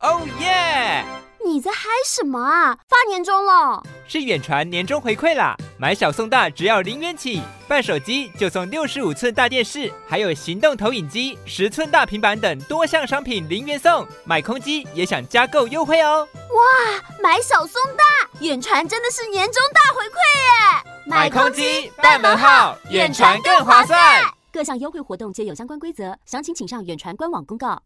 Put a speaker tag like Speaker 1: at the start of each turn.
Speaker 1: Oh
Speaker 2: 你在嗨什么啊？发年终了，
Speaker 1: 是远传年终回馈啦，买小送大，只要零元起，办手机就送六十五寸大电视，还有行动投影机、十寸大平板等多项商品零元送，买空机也享加购优惠哦。
Speaker 2: 买小送大，远传真的是年终大回馈耶！
Speaker 1: 机，大门号，
Speaker 2: 各项优惠活动皆有相关规则，详情请上远传官网公告。